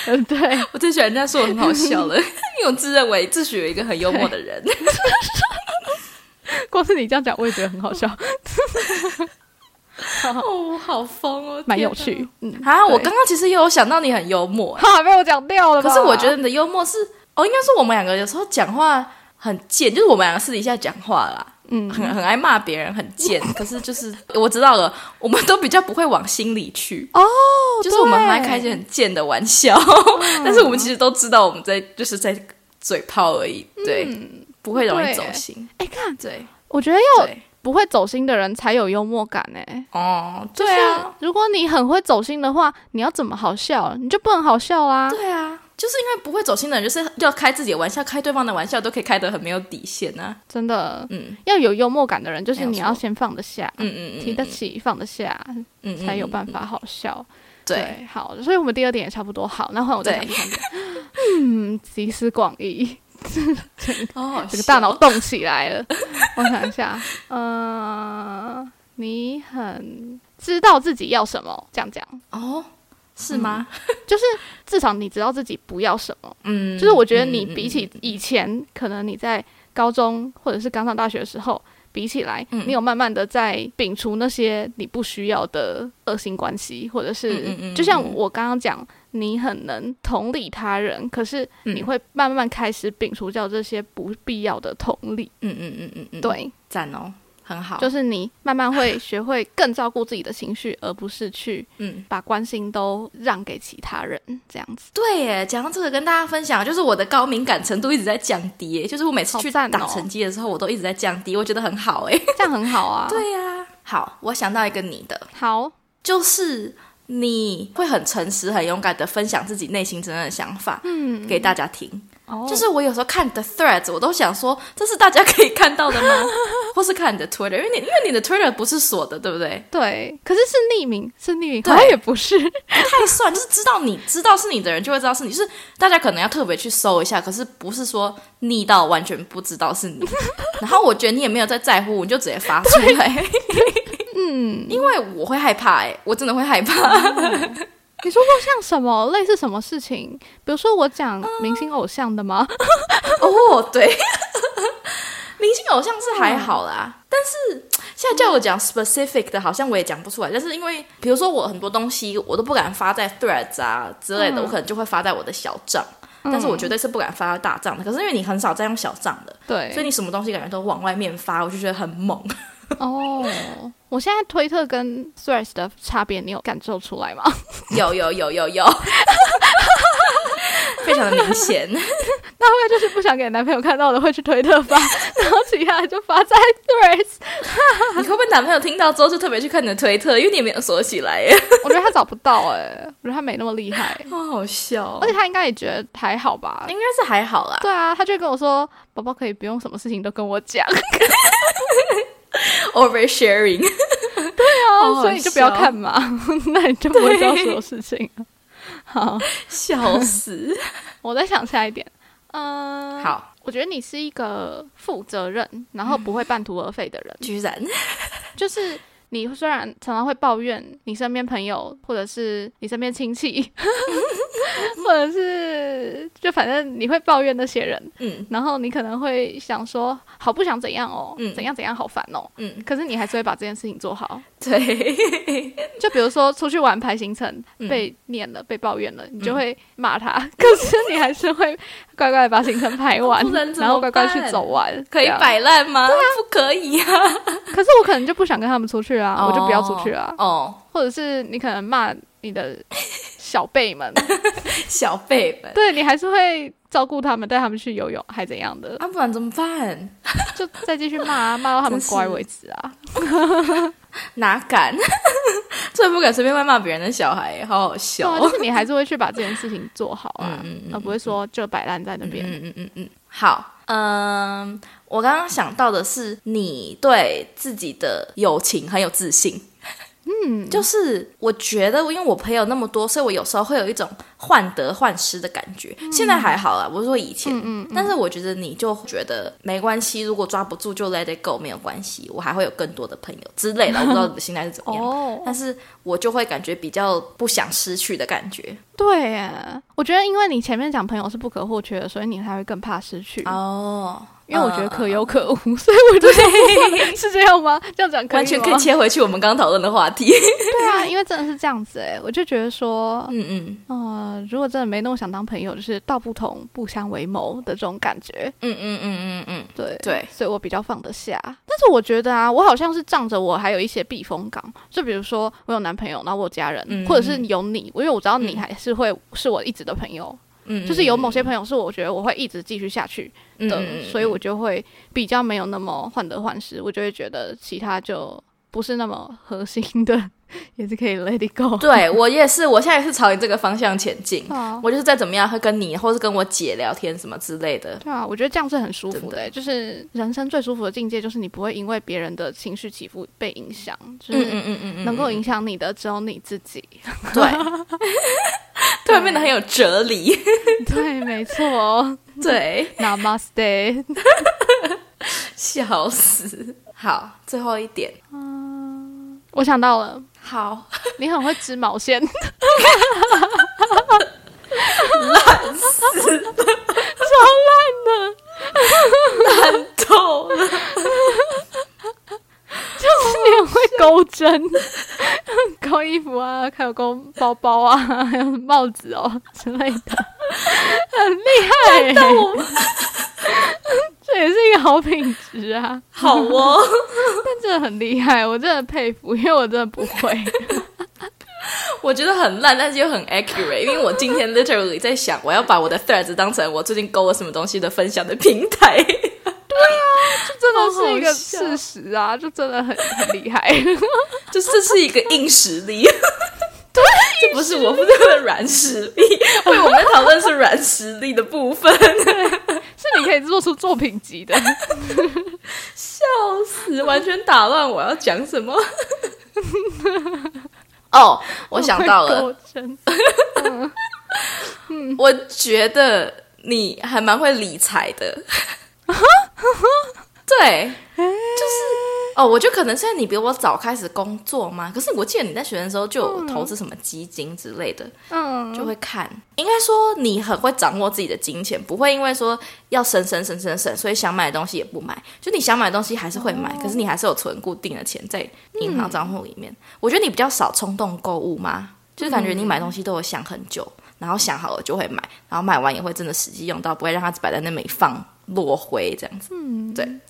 Speaker 3: 嗯，对，
Speaker 2: 我最喜欢人家说我很好笑了， 因为我自认为自诩为一个很幽默的人。
Speaker 3: 光是你这样讲，我也觉得很 好笑，
Speaker 2: 哦，好疯哦，
Speaker 3: 蛮
Speaker 2: 天
Speaker 3: 有趣。嗯，
Speaker 2: 哪。啊，我
Speaker 3: 对
Speaker 2: 刚刚其实也有想到你很幽默，哎
Speaker 3: 哈，被我讲掉了 吧。
Speaker 2: 可是我觉得你的幽默是，哦，应该说我们两个有时候讲话很贱，就是我们两个私底下讲话啦，
Speaker 3: 嗯
Speaker 2: 很很爱骂别人，很贱。可是就是 我知道了，我们都比较不会往心里去。
Speaker 3: 哦，
Speaker 2: 就是我们很爱
Speaker 3: 对
Speaker 2: 开一些很贱的玩笑，但是我们其实都知道我们在就是在嘴炮而已，对，不会容易
Speaker 3: 对
Speaker 2: 走心，
Speaker 3: 哎、看，
Speaker 2: 对
Speaker 3: 我觉得要
Speaker 2: 对，
Speaker 3: 不会走心的人才有幽默感哎、
Speaker 2: 哦，对
Speaker 3: 就是
Speaker 2: 啊，
Speaker 3: 如果你很会走心的话，你要怎么好笑？你就不能好笑啦。
Speaker 2: 对啊，就是因为不会走心的人，就是要开自己的玩笑，开对方的玩笑都可以开得很没有底线啊。
Speaker 3: 真的，
Speaker 2: 嗯
Speaker 3: 要有幽默感的人，就是
Speaker 2: 没有
Speaker 3: 你
Speaker 2: 错
Speaker 3: 要先放得下，
Speaker 2: 嗯嗯嗯，
Speaker 3: 提得起，放得下，
Speaker 2: 嗯
Speaker 3: 才有办。法好笑。
Speaker 2: 对，
Speaker 3: 好，所以我们第二点也差不多好。那换我再讲
Speaker 2: 对
Speaker 3: 第三点，嗯，集思广益，
Speaker 2: 哦，
Speaker 3: 这个大脑动起来 了。我想一下，呃，你很知道自己要什么，这样讲，
Speaker 2: 哦，是吗？
Speaker 3: 就是至少你知道自己不要什么。
Speaker 2: 嗯，
Speaker 3: 就是我觉得你比起以前，可能你在高中或者是刚上大学的时候比起来，
Speaker 2: 嗯
Speaker 3: 你有慢慢的在摒除那些你不需要的恶性关系，或者
Speaker 2: 嗯嗯嗯
Speaker 3: 是
Speaker 2: 嗯
Speaker 3: 就像我刚刚讲，你很能同理他人，可是
Speaker 2: 嗯
Speaker 3: 你会慢慢开始摒除掉这些不必要的同理。
Speaker 2: 嗯嗯嗯嗯嗯，，
Speaker 3: 对，
Speaker 2: 赞哦，很好，
Speaker 3: 就是你慢慢会学会更照顾自己的情绪，而不是去
Speaker 2: 嗯。
Speaker 3: 把关心都让给其他人这样子。
Speaker 2: 对耶，讲到这个跟大家分享，就是我的高敏感程度一直在降低耶，就是我每次
Speaker 3: 好
Speaker 2: 去
Speaker 3: 赞哦
Speaker 2: 打成绩的时候，我都一直在降低，我觉得很好 哎。
Speaker 3: 这样很好啊。，
Speaker 2: 对呀、好，我想到一个你的，
Speaker 3: 好，
Speaker 2: 就是你会很诚实、很勇敢的分享自己内心真正的想法，嗯，给大家听。
Speaker 3: 哦
Speaker 2: 就是我有时候看你的 threads，我都想说，这是大家可以看到的吗？ 或是看你的 Twitter，因为你因为你的 Twitter 不是锁的，对不对？
Speaker 3: 对，可是是匿名，是匿名，
Speaker 2: 对
Speaker 3: 好像也不是，
Speaker 2: 太算，就是知道你知道是你的人就会知道是你，就是大家可能要特别去搜一下，可是不是说腻到完全不知道是你。然后我觉得你也没有在在乎，你就直接发出来。 嗯，因为我会害怕、欸，我真的会害怕。
Speaker 3: 你说过像什么类似什么事情？比如说我讲明星偶像 的吗？
Speaker 2: 哦，对，明星偶像是还好啦，但是现在叫我讲 specific 的，好像我也讲不出来。但是因为比如说我很多东西我都不敢发在 Threads 啊之类的，
Speaker 3: 嗯
Speaker 2: 我可能就会发在我的小账，但是我绝对是不敢发在大账的。可是因为你很少在用小账的，
Speaker 3: 对，
Speaker 2: 所以你什么东西感觉都往外面发，我就觉得很猛。
Speaker 3: 哦，我现在推特跟 Threads 的差别，你有感受出来吗？
Speaker 2: 有有有有有， 非常的明 显。
Speaker 3: 那后面就是不想给男朋友看到的会去推特发， 然后其他的就发在 Threads。
Speaker 2: 你会不会男朋友听到之后就特别去看你的推特，因为你也没有锁起来耶？
Speaker 3: 我觉得他找不到哎、我觉得他没那么厉害，
Speaker 2: 好好笑哦、
Speaker 3: 而且他应该也觉得还好吧。
Speaker 2: 应该是还好啦。
Speaker 3: 对啊，他就会跟我说：“宝宝可以不用什么事情都跟我讲，
Speaker 2: oversharing。好好
Speaker 3: 所以你就不要
Speaker 2: 笑
Speaker 3: 看嘛， 那你就不会知道所有事情了。”好，
Speaker 2: 笑死！
Speaker 3: 我再想下一点。嗯，，
Speaker 2: 好，
Speaker 3: 我觉得你是一个负责任，然后不会半途而废的 人。
Speaker 2: 居然
Speaker 3: 就是你虽然常常会抱怨你身边朋友，或者是你身边亲 戚，或者是就反正你会抱怨那些人，
Speaker 2: 嗯
Speaker 3: 然后你可能会想说，好不想怎样哦，
Speaker 2: 嗯
Speaker 3: 怎样怎样好烦哦。
Speaker 2: 嗯，
Speaker 3: 可是你还是会把这件事情做好，
Speaker 2: 对，
Speaker 3: 就比如说出去玩排行程
Speaker 2: 嗯
Speaker 3: 被念了、被抱怨了，你就会骂他， 可是你还是会乖乖地把行程排完
Speaker 2: 哦不然，怎么
Speaker 3: 然后乖乖去
Speaker 2: 办
Speaker 3: 走完，
Speaker 2: 可以
Speaker 3: 这样。
Speaker 2: 摆烂吗？不可以 啊！
Speaker 3: 可是我可能就不想跟他们出去啊，我就不要出去啊，
Speaker 2: 哦，
Speaker 3: 或者是你可能骂你的小辈们，
Speaker 2: 小贝们，
Speaker 3: 对你还是会照顾他们，带他们去游泳，还怎样的，
Speaker 2: 啊，不然怎么办？
Speaker 3: 就再继续骂啊，骂到他们
Speaker 2: 真是
Speaker 3: 乖为止啊。
Speaker 2: 哪敢？ 最不敢随便外骂别人的小孩，好好
Speaker 3: 对
Speaker 2: 笑
Speaker 3: 啊，
Speaker 2: 哦。
Speaker 3: 就是你还是会去把这件事情做好啊，而不会说就摆烂在那边。
Speaker 2: 嗯嗯嗯嗯，好，嗯，我刚刚想到的是，你对自己的友情很有自信。嗯，就是我觉得，因为我朋友那么多，所以我有时候会有一种患得患失的感觉。现在还好啦，我是说以前，但是我觉得你就觉得没关系，如果抓不住就 let it go，没有关系，我还会有更多的朋友之 类的。我不知道你的心态是怎么样，
Speaker 3: 哦，
Speaker 2: 但是我就会感觉比较不想失去的感觉。
Speaker 3: 对耶，我觉得因为你前面讲朋友是不可或缺的，所以你才会更怕失去。
Speaker 2: 哦，
Speaker 3: 因为我觉得可
Speaker 2: 嗯
Speaker 3: 有可无， 所以我就想说 是这样吗？这样讲可以吗
Speaker 2: 完全可以切回去我们刚刚讨论的话题。
Speaker 3: 对啊，因为真的是这样子哎，我就觉得说，
Speaker 2: 嗯嗯
Speaker 3: 呃，如果真的没那么想当朋友，就是道不同不相为谋的这种感觉，
Speaker 2: 嗯嗯嗯嗯嗯，
Speaker 3: 对
Speaker 2: 对
Speaker 3: 所以我比较放得下。但是我觉得啊，我好像是仗着我还有一些避风港，就比如说我有男朋友，然后我有家人，
Speaker 2: 嗯
Speaker 3: 或者是有你，因为我知道你还是会是我一直的朋友，
Speaker 2: 嗯，
Speaker 3: 就是有某些朋友是我觉得我会一直继续下去
Speaker 2: 嗯
Speaker 3: 的，
Speaker 2: 嗯嗯
Speaker 3: 所以我就会比较没有那么患得患失，我就会觉得其他就不是那么核心的，也是可以 let it go。
Speaker 2: 对我也是，我现在也是朝你这个方向前进。
Speaker 3: 啊，
Speaker 2: 我就是再怎么样会跟你或是跟我姐聊天什么之类的。
Speaker 3: 对啊，我觉得这样是很舒服的
Speaker 2: 真
Speaker 3: 欸、
Speaker 2: 的
Speaker 3: 就是人生最舒服的境界，就是你不会因为别人的情绪起伏被影响，就
Speaker 2: 嗯
Speaker 3: 是
Speaker 2: 嗯嗯嗯嗯，
Speaker 3: 能够影响你的只有你自己。
Speaker 2: 对，突然变得很有哲理。
Speaker 3: 对，没错哦
Speaker 2: 对，
Speaker 3: ，Namaste。
Speaker 2: 笑死。好，最后一点。
Speaker 3: 我想到了，
Speaker 2: 好，
Speaker 3: 你很会织毛线，烂死，超烂的。
Speaker 2: 懂了。
Speaker 3: 就是也会钩针， 钩衣服啊，还有钩包包啊，还有帽子哦之类的， 很厉害、 欸。这也是一个好品质啊，
Speaker 2: 好 哦，
Speaker 3: 但真的很厉害，我真的佩服，因为我真的不会。
Speaker 2: 我觉得很烂，但是又很 accurate，因为我今天 literally 在想，我要把我的 threads 当成我最近勾了什么东西的分享的平台。
Speaker 3: 这 真的是一个
Speaker 2: 好好笑
Speaker 3: 事实啊，就真的很很厉害。
Speaker 2: 这这是一个硬实力， 对，这不是我们的软实 力，为我们讨论是软实力的部分，
Speaker 3: 是你可以做出作品集的，
Speaker 2: 笑死，完全打乱我要讲什么。 哦， 我想到了，
Speaker 3: 会钩针，
Speaker 2: 我觉得你还蛮会理财的。对，就是哦，我觉得可能是因为你比我早开始工作嘛。可是我记得你在学生的时候就有投资什么基金之类的，
Speaker 3: 嗯，
Speaker 2: 就会看。应该说你很会掌握自己的金钱，不会因为说要省省省省省，所以想买的东西也不买。就你想买的东西还是会买，可是你还是有存固定的钱在银行账户里面。我觉得你比较少冲动购物嘛，就是感觉你买东西都有想很久，然后想好了就会买，然后买完也会真的实际用到，不会让它摆在那没放落灰这样子。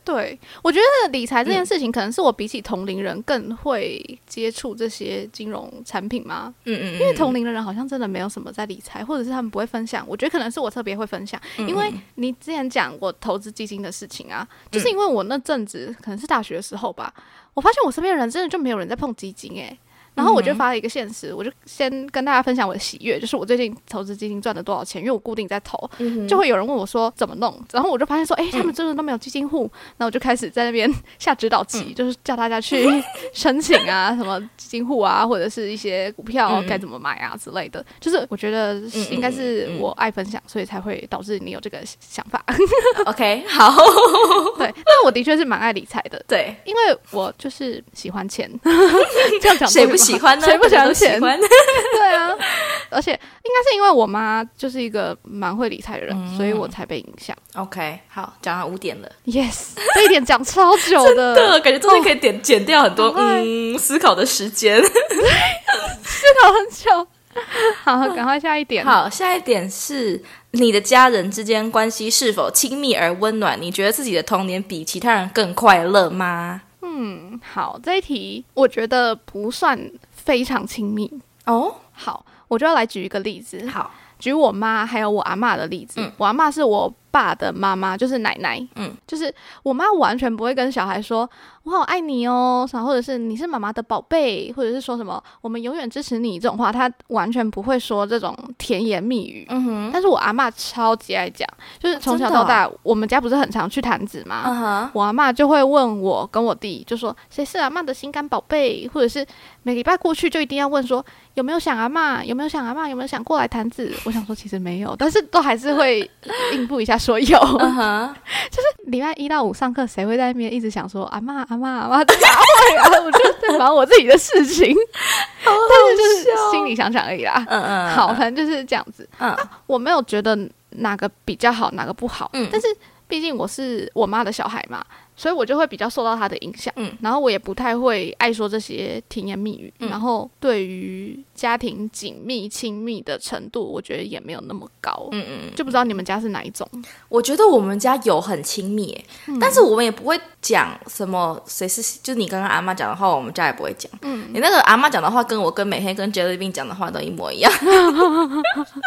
Speaker 3: 对，我觉得理财这件事情，可能是我比起同龄人更会接触这些金融产品吗？
Speaker 2: 嗯嗯嗯，
Speaker 3: 因为 同龄的人好像真的没有什么在理财，或者是他们不会分享。我觉得可能是我特别会分享，因为你之前讲我投资基金的事情啊，就是因为我那阵子可能是大学的时候吧，我发现我身边的人真的就没有人在碰基金诶、欸然后我
Speaker 2: 嗯
Speaker 3: 就发了一个现实，我就先跟大家分享我的喜悦，就是我最近投资基金赚了多少钱，因为我固定在投，
Speaker 2: 嗯
Speaker 3: 就会有人问我说怎么弄，然后我就发现说，诶，他们真的都没有基金户，那我就开始在那边下指导
Speaker 2: 嗯
Speaker 3: 棋，就是叫大家去申请 啊，什么基金户啊，或者是一些股票
Speaker 2: 嗯
Speaker 3: 该怎么买啊之类的。就是我觉得是
Speaker 2: 嗯嗯
Speaker 3: 应该是
Speaker 2: 嗯嗯
Speaker 3: 我爱分享，所以才会导致你有这个想 法。
Speaker 2: OK，好，
Speaker 3: 对，那我的确是蛮爱理财的。
Speaker 2: 对，
Speaker 3: 因为我就是喜欢钱， 这样讲
Speaker 2: 谁
Speaker 3: 对吗
Speaker 2: 不喜欢呢？
Speaker 3: 谁不喜
Speaker 2: 大家都
Speaker 3: 欢
Speaker 2: 喜
Speaker 3: 钱？
Speaker 2: 欢？
Speaker 3: 对啊，而且应该是因为我妈就是一个蛮会理财的人，
Speaker 2: 嗯
Speaker 3: 所以我才被影响。
Speaker 2: OK，好，讲到五点了。
Speaker 3: Yes，这一点讲超久 的，
Speaker 2: 的，感觉中间可以点、减掉很多
Speaker 3: 赶快
Speaker 2: 嗯思考的时 间。
Speaker 3: 搞很久。 好，赶快下一点。
Speaker 2: 好，下一点是你的家人之间关系是否亲密而温暖？你觉得自己的童年比其他人更快乐吗？
Speaker 3: 好，这一题我觉得不算非常亲密。
Speaker 2: 哦，
Speaker 3: 好，我就要来举一个例子，
Speaker 2: 好，
Speaker 3: 举我妈还有我阿嬷的例子。我阿嬷是我爸的妈妈，就是奶奶，
Speaker 2: 嗯，
Speaker 3: 就是我妈完全不会跟小孩说“我好爱你哦”，然后或者是“你是妈妈的宝贝”，或者是说什么“我们永远支持你”这种话，她完全不会说这种甜言蜜语。
Speaker 2: 嗯啊哼，
Speaker 3: 但是我阿嬷超级爱讲，就是从小到大，我们家不是很常去潭子吗？
Speaker 2: 哦嗯哼，
Speaker 3: 我阿嬷就会问我跟我弟，就说谁是阿嬷的心肝宝贝，或者是每礼拜过去就一定要问说有没有想阿嬷，有没有想阿嬷，有没有想过来谈子。我想说其实没有，但是都还是会应付一下说有。
Speaker 2: 嗯哼，
Speaker 3: 礼拜一到五上课，谁会在那边一直想说阿嬷阿嬷阿嬷打我呀？我就在忙我自己的事情，但是就是心里想想而已啦。
Speaker 2: 嗯嗯，
Speaker 3: 好，，反正就是这样子。
Speaker 2: 嗯
Speaker 3: 我没有觉得哪个比较好，哪个不好。
Speaker 2: 嗯
Speaker 3: 但是毕竟我是我妈的小孩嘛，所以我就会比较受到她的影响。
Speaker 2: 嗯
Speaker 3: 然后我也不太会爱说这些甜言蜜语。
Speaker 2: 嗯
Speaker 3: 然后对于家庭紧密亲密的程度，我觉得也没有那么高。
Speaker 2: 嗯嗯，
Speaker 3: 就不知道你们家是哪一种。
Speaker 2: 我觉得我们家有很亲密耶，但是我们也不会讲什么谁是，就你刚刚阿妈讲的话，我们家也不会讲。嗯，你那个阿妈讲的话，跟我跟每天跟 Jellybean 讲的话都一模一样。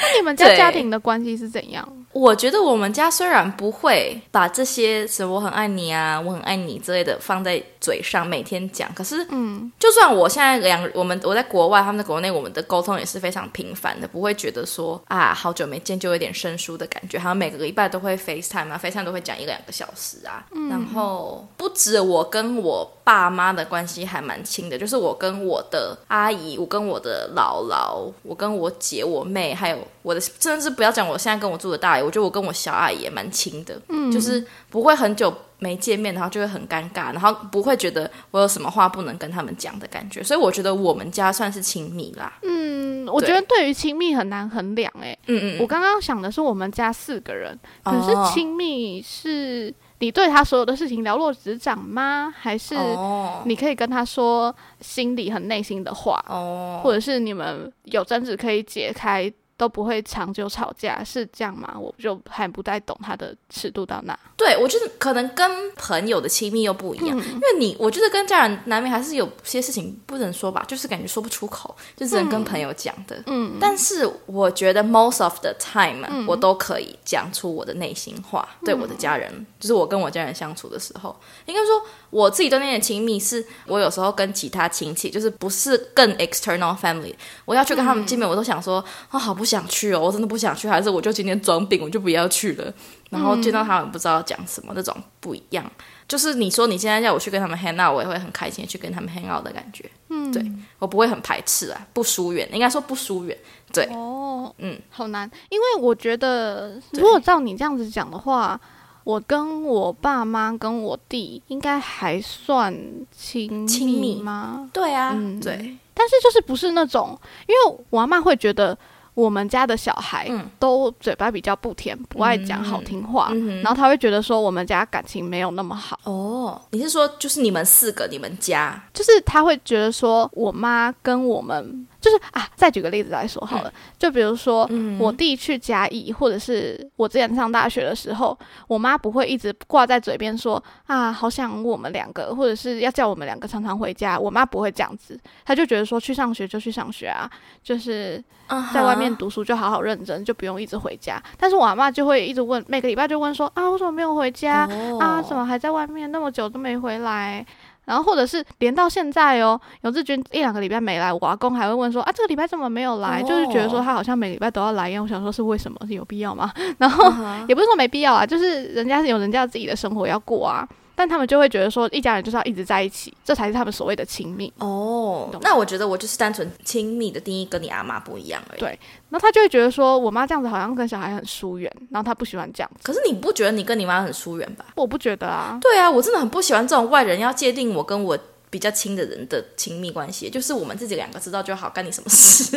Speaker 3: 那你们家
Speaker 2: 对
Speaker 3: 家庭的关系是怎样？
Speaker 2: 我觉得我们家虽然不会把这些什么“我很爱你”啊、“我很爱你”之类的放在嘴上，每天讲，可是，嗯，就算我现在两我们我在国外，他们在国内，我们的沟通也是非常频繁的，不会觉得说啊好久没见就有点生疏的感觉，好像每个礼拜都会 FaceTime 啊，FaceTime 都会讲一个两个小时啊，然后不止我跟我爸妈的关系还蛮亲的，就是我跟我的阿姨，我跟我的姥姥，我跟我姐、我妹，还有我的，甚至不要讲我现在跟我住的大姨，我觉得我跟我小阿姨也蛮亲的，嗯，就是不会很久没见面，然后就会很尴尬，然后不会觉得我有什么话不能跟他们讲的感觉，所以我觉得我们家算是亲密啦，
Speaker 3: 嗯，我
Speaker 2: 对
Speaker 3: 觉得对于亲密很难衡量诶、
Speaker 2: 嗯
Speaker 3: 我
Speaker 2: 嗯
Speaker 3: 刚刚想的是我们家四个人，可
Speaker 2: 哦
Speaker 3: 是亲密是你对他所有的事情了若指掌吗？还是
Speaker 2: 嗯，哦
Speaker 3: 你可以跟他说心里很内心的话，
Speaker 2: 哦，
Speaker 3: 或者是你们有争执可以解开，都不会长久吵架，是这样吗？我就还不太懂他的尺度到哪。
Speaker 2: 对我觉得可能跟朋友的亲密又不一样，
Speaker 3: 嗯
Speaker 2: 因为你，我觉得跟家人难免还是有些事情不能说吧，就是感觉说不出口，就只能跟朋友讲的。
Speaker 3: 嗯，
Speaker 2: 但是我觉得 most of the time，、我都可以讲出我的内心话，嗯对我的家人，就是我跟我家人相处的时候，应该说我自己对那些亲密，是我有时候跟其他亲戚，就是不是更 external family，我要去跟他们见嗯面，我都想说啊、好不想去哦，我真的不想去，还是我就今天装病，我就不要去了。然后见到他们不知道讲什么，那种不一样。就是你说你现在叫我去跟他们 hang out，我也会很开心地去跟他们 hang out 的感觉。嗯，对我不会很排斥啊，不疏远，应该说不疏远。对，
Speaker 3: 哦，
Speaker 2: 嗯，
Speaker 3: 好难，因为我觉得
Speaker 2: 对
Speaker 3: 如果照你这样子讲的话。我跟我爸妈跟我弟应该还算亲
Speaker 2: 亲密
Speaker 3: 吗？
Speaker 2: 对啊
Speaker 3: 嗯
Speaker 2: 对，
Speaker 3: 但是就是不是那种，因为我阿妈会觉得我们家的小孩
Speaker 2: 嗯
Speaker 3: 都嘴巴比较不甜，不爱讲好听话，然后她会觉得说我们家感情没有那么好，
Speaker 2: 哦，你是说就是你们四个，你们家，
Speaker 3: 就是她会觉得说我妈跟我们就是啊，再举个例子来说好了，就比如说。
Speaker 2: 嗯
Speaker 3: 我弟去嘉义，或者是我之前上大学的时候，我妈不会一直挂在嘴边说啊，好想我们两个，或者是要叫我们两个常常回家。我妈不会这样子，她就觉得说去上学就去上学啊，就是
Speaker 2: 啊
Speaker 3: 在外面读书就好好认真，就不用一直回家。但是我阿妈就会一直问，每个礼拜就问说啊，为什么没有回家、
Speaker 2: 哦
Speaker 3: 啊？怎么还在外面那么久都没回来？然后或者是连到现在哦，尤志军一两个礼拜没来，我阿公还会问说啊，这个礼拜怎么没有来？
Speaker 2: 哦
Speaker 3: 就是觉得说他好像每个礼拜都要来一样。我想说是为什么？是有必要吗？ 然后、
Speaker 2: 嗯
Speaker 3: 也不是说没必要啊，就是人家是有人家自己的生活要过啊。但他们就会觉得说，一家人就是要一直在一起，这才是他们所谓的亲密。
Speaker 2: 哦
Speaker 3: 懂，
Speaker 2: 那我觉得我就是单纯亲密的定义跟你阿妈不一样而已。
Speaker 3: 对然后他就会觉得说，我妈这样子好像跟小孩很疏远，然后他不喜欢这样子。
Speaker 2: 可是你不觉得你跟你妈很疏远吧？
Speaker 3: 我不觉得 啊，
Speaker 2: 对啊，我真的很不喜欢这种外人要界定我跟我比较亲的人的亲密关系，就是我们自己两个知道就好，干你什么 事？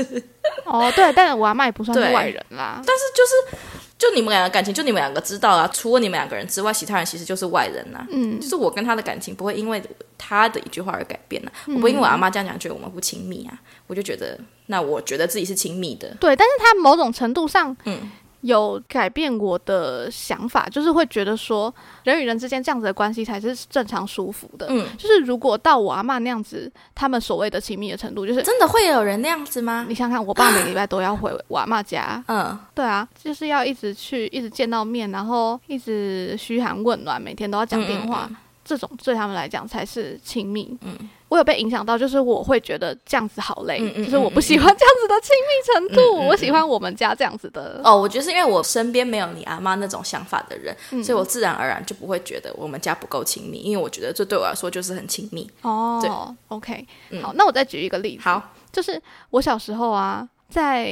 Speaker 3: 哦，对，但我阿妈也不算是
Speaker 2: 对
Speaker 3: 外人啦。
Speaker 2: 但是就是就你们两个感情，就你们两个知道啊，除了你们两个人之外，其他人其实就是外人呐、
Speaker 3: 嗯
Speaker 2: 就是我跟他的感情不会因为他的一句话而改变呐、啊
Speaker 3: 嗯
Speaker 2: 我不会因为我阿妈这样讲，觉得我们不亲密啊。我就觉得，那我觉得自己是亲密的，
Speaker 3: 对，但是他某种程度上，
Speaker 2: 嗯
Speaker 3: 有改变我的想法，就是会觉得说，人与人之间这样子的关系才是正常舒服的。
Speaker 2: 嗯，
Speaker 3: 就是如果到我阿嬷那样子，他们所谓的亲密的程度，就是
Speaker 2: 真的会有人那样子吗
Speaker 3: 你？想想，我爸每个礼拜都要回我阿嬷家，
Speaker 2: 嗯，
Speaker 3: 对啊，就是要一直去，一直见到面，然后一直嘘寒问暖，每天都要讲电话，
Speaker 2: 嗯
Speaker 3: 这种对他们来讲才是亲密。
Speaker 2: 嗯
Speaker 3: 我有被影响到，就是我会觉得这样子好累，
Speaker 2: 嗯嗯
Speaker 3: 就是我不喜欢这样子的亲密程度，
Speaker 2: 嗯嗯嗯
Speaker 3: 我喜欢我们家这样子的。
Speaker 2: 哦，我觉得是因为我身边没有你阿妈那种想法的人，
Speaker 3: 嗯
Speaker 2: 所以我自然而然就不会觉得我们家不够亲密，因为我觉得这对我来说就是很亲密。
Speaker 3: 哦，OK，、
Speaker 2: 嗯
Speaker 3: 好，那我再举一个例子，
Speaker 2: 好，
Speaker 3: 就是我小时候啊，在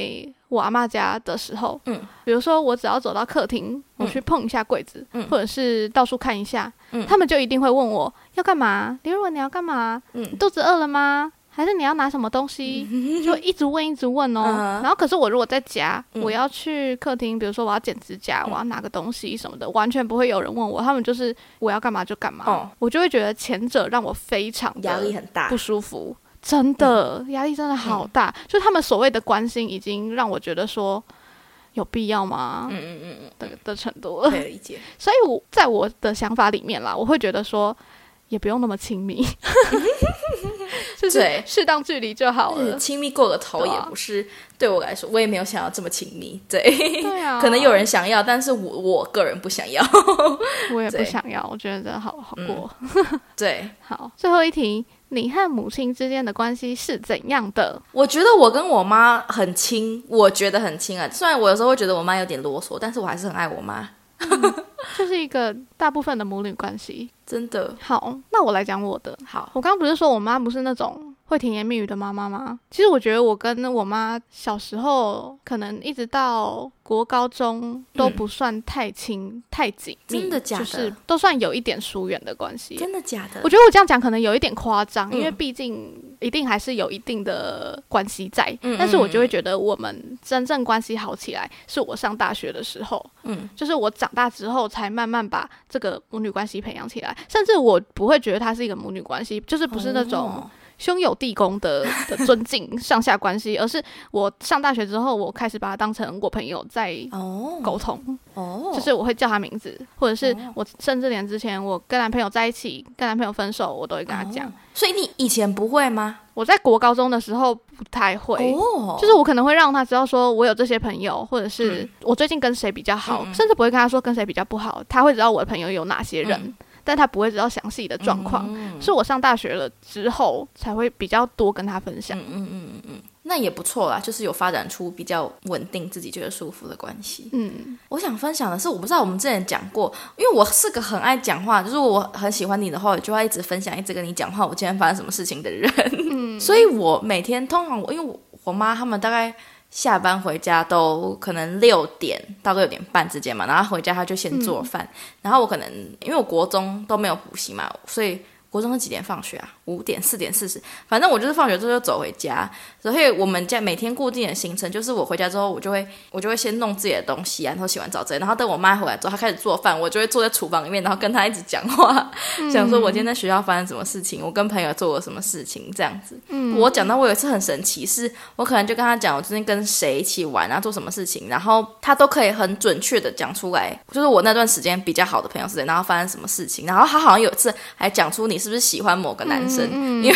Speaker 3: 我阿嬷家的时候，
Speaker 2: 嗯，
Speaker 3: 比如说我只要走到客厅，我去碰一下柜子，
Speaker 2: 嗯
Speaker 3: 或者是到处看一下，
Speaker 2: 嗯
Speaker 3: 他们就一定会问我要干嘛，李若文你要干嘛？你
Speaker 2: 嗯
Speaker 3: 肚子饿了吗？还是你要拿什么东西？ 就一直问，一直问哦。
Speaker 2: 嗯哼
Speaker 3: 然后，可是我如果在家，
Speaker 2: 嗯
Speaker 3: 我要去客厅，比如说我要剪指甲，我要拿个东西什么的，完全不会有人问我，他们就是我要干嘛就干嘛。
Speaker 2: 哦
Speaker 3: 我就会觉得前者让我非常的
Speaker 2: 压力很大
Speaker 3: 不。舒服，真的
Speaker 2: 嗯
Speaker 3: 压力真的好大。就他们所谓的关心，已经让我觉得说有必要吗？
Speaker 2: 嗯嗯嗯
Speaker 3: 的的程度
Speaker 2: 嗯，
Speaker 3: 了。
Speaker 2: 可以理解。
Speaker 3: 所以我在我的想法里面啦，我会觉得说也不用那么 亲密，就是
Speaker 2: 对
Speaker 3: 适当距离就好
Speaker 2: 嗯
Speaker 3: 了。
Speaker 2: 亲密过了头
Speaker 3: 对
Speaker 2: 也
Speaker 3: 啊
Speaker 2: 不是对我来说，我也没有想要这么亲密。对，
Speaker 3: 对啊，
Speaker 2: 嗯 可能有人想要，但是我我个人不想要。
Speaker 3: 我也不
Speaker 2: 对嗯
Speaker 3: 想要，我觉得真的好好过。
Speaker 2: 对，
Speaker 3: 好，最后一题，你和母亲之间的关系是怎样的？
Speaker 2: 我觉得我跟我妈很亲，我觉得很亲啊。虽然我有时候会觉得我妈有点啰嗦，但是我还是很爱我妈，
Speaker 3: 就是一个大部分的母女关系。
Speaker 2: 真的。
Speaker 3: 好，那我来讲我的。
Speaker 2: 好，
Speaker 3: 我刚刚不是说我妈不是那种会甜言蜜语的妈妈吗？其实我觉得我跟我妈小时候，可能一直到国高中都不算太亲、太紧密，
Speaker 2: 嗯真的假的
Speaker 3: 就是都算有一点疏远的关系。
Speaker 2: 真的假的
Speaker 3: 我？觉得我这样讲可能有一点夸张，
Speaker 2: 嗯
Speaker 3: 因为毕竟一定还是有一定的关系在。
Speaker 2: 嗯
Speaker 3: 但是我就会觉得我们真正关系好起来，是我上大学的时候，
Speaker 2: 嗯，
Speaker 3: 就是我长大之后才慢慢把这个母女关系培养起来。甚至我不会觉得它是一个母女关系，就是不是那种
Speaker 2: 哦
Speaker 3: 兄友弟恭的的尊敬上下关系，而是我上大学之后，我开始把它当成我朋友在
Speaker 2: 哦
Speaker 3: 沟通，
Speaker 2: 哦，
Speaker 3: 就是我会叫他名字，或者是
Speaker 2: 哦
Speaker 3: 我甚至连之前我跟男朋友在一起，跟男朋友分手，我都会跟他讲
Speaker 2: 哦。所以你以前不会吗？
Speaker 3: 我在国高中的时候不太会。
Speaker 2: 哦，
Speaker 3: 就是我可能会让他知道，说我有这些朋友，或者是
Speaker 2: 嗯
Speaker 3: 我最近跟谁比较好，
Speaker 2: 嗯嗯
Speaker 3: 甚至不会跟他说跟谁比较不好，他会知道我的朋友有哪些人，
Speaker 2: 嗯
Speaker 3: 但他不会知道详细的状况。
Speaker 2: 嗯
Speaker 3: 是我上大学了之后才会比较多跟他分享。
Speaker 2: 嗯嗯嗯嗯嗯，那也不错啦，就是有发展出比较稳定、自己觉得舒服的关系。
Speaker 3: 嗯，
Speaker 2: 我想分享的是，我不知道我们之前讲过，因为我是个很爱讲话，就是我很喜欢你的话，我就会一直分享，一直跟你讲话，我今天发生什么事情的人。 所以我每天通常我因为我我妈他们大概下班回家都可能六点到六点半之间嘛，然后回家她就先做饭，然后我可能因为我国中都没有补习嘛，所以。国中是几点放学啊？五点、四点、四十，反正我就是放学之后就走回家，所以我们家每天固定的行程就是我回家之后，我就会我就会先弄自己的东西啊，然后洗完澡之类，然后等我妈回来之后，她开始做饭，我就会坐在厨房里面，然后跟她一直讲话，讲说我今天在学校发生什么事情，我跟朋友做了什么事情这样子。我讲到我有一次很神奇，是我可能就跟他讲我最近跟谁一起玩啊，做什么事情，然后他都可以很准确的讲出来，就是我那段时间比较好的朋友是谁，然后发生什么事情，然后他好像有一次还讲出你是不是喜欢某个男生，因为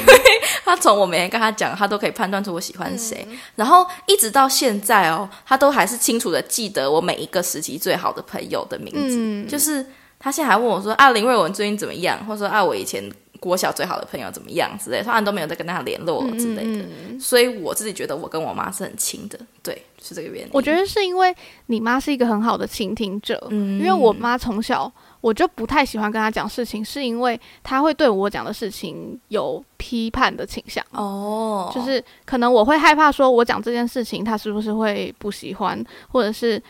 Speaker 2: 他从我每天跟他讲，他都可以判断出我喜欢谁，然后一直到现在哦，他都还是清楚的记得我每一个时期最好的朋友的名字，
Speaker 3: 嗯
Speaker 2: 就是他现在还问我说啊，林瑞文最近怎么样，或者说啊，我以前国小最好的朋友怎么样之类的，他们都没有再跟他联络了之
Speaker 3: 嗯
Speaker 2: 类的，所以我自己觉得我跟我妈是很亲的，对，是这个原因。
Speaker 3: 我觉得是因为你妈是一个很好的倾听者，
Speaker 2: 嗯
Speaker 3: 因为我妈从小我就不太喜欢跟她讲事情，是因为她会对我讲的事情有批判的倾向。
Speaker 2: 哦，
Speaker 3: 就是可能我会害怕，说我讲这件事情，她是不是会不喜欢，或者是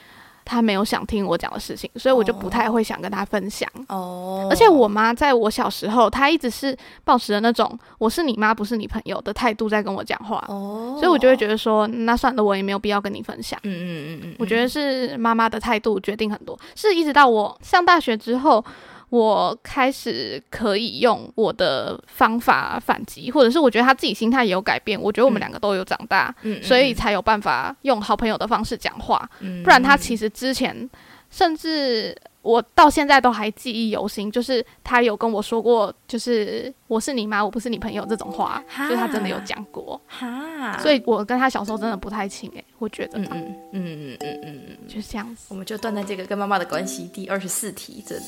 Speaker 3: 她没有想听我讲的事情，所以我就不太会想跟她分享。
Speaker 2: 哦，
Speaker 3: 而且我妈在我小时候，她一直是保持着那种“我是你妈，不是你朋友”的态度在跟我讲话，
Speaker 2: 哦，
Speaker 3: 所以我就会觉得说，那算了，我也没有必要跟你分享。
Speaker 2: 嗯嗯嗯嗯嗯，
Speaker 3: 我觉得是妈妈的态度决定很多，是一直到我上大学之后，我开始可以用我的方法反击，或者是我觉得他自己心态也有改变。我觉得我们两个都有长大，
Speaker 2: 嗯，
Speaker 3: 所以才有办法用好朋友的方式讲话。
Speaker 2: 嗯
Speaker 3: 不然他其实之前，甚至我到现在都还记忆犹新，就是他有跟我说过，就是我是你妈，我不是你朋友这种话，
Speaker 2: 哈
Speaker 3: 就是他真的有讲过。
Speaker 2: 哈，
Speaker 3: 所
Speaker 2: 以
Speaker 3: 以我跟他小时候真的不太亲诶、欸我觉得
Speaker 2: 嗯
Speaker 3: 啦、
Speaker 2: 嗯嗯嗯嗯嗯嗯，
Speaker 3: 就是这样子。
Speaker 2: 我们就断在这个跟妈妈的关系第二十四题这里。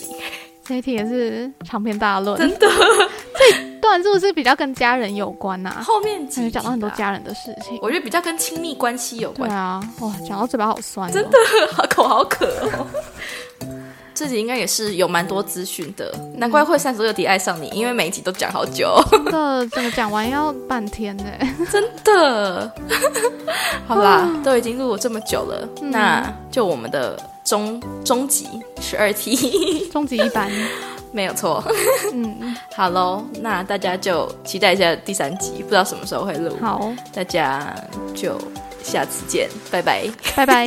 Speaker 3: 这一题也是长篇大论，真的。这一段是不是比较跟家人有关呐、啊？
Speaker 2: 后面
Speaker 3: 感
Speaker 2: 几
Speaker 3: 觉讲到很多
Speaker 2: 题吧，
Speaker 3: 家人的事情。
Speaker 2: 我觉得比较跟亲密关系有
Speaker 3: 对
Speaker 2: 关。
Speaker 3: 啊，哇，讲到嘴巴好酸、哦
Speaker 2: 真
Speaker 3: 的。
Speaker 2: 好口好渴哦。这集应该也是有蛮多资讯的，难怪会三十六题爱上你，因为每一集都讲好久，
Speaker 3: 真的，整个讲完要半天呢、
Speaker 2: 真的。好啦，都已经录了这么久了，那就我们的终终极十二题，
Speaker 3: 终极一班，
Speaker 2: 没有错。
Speaker 3: 嗯，
Speaker 2: 好喽，那大家就期待一下第三集，不知道什么时候会录，
Speaker 3: 好，
Speaker 2: 大家就下次见，拜拜。
Speaker 3: 拜拜。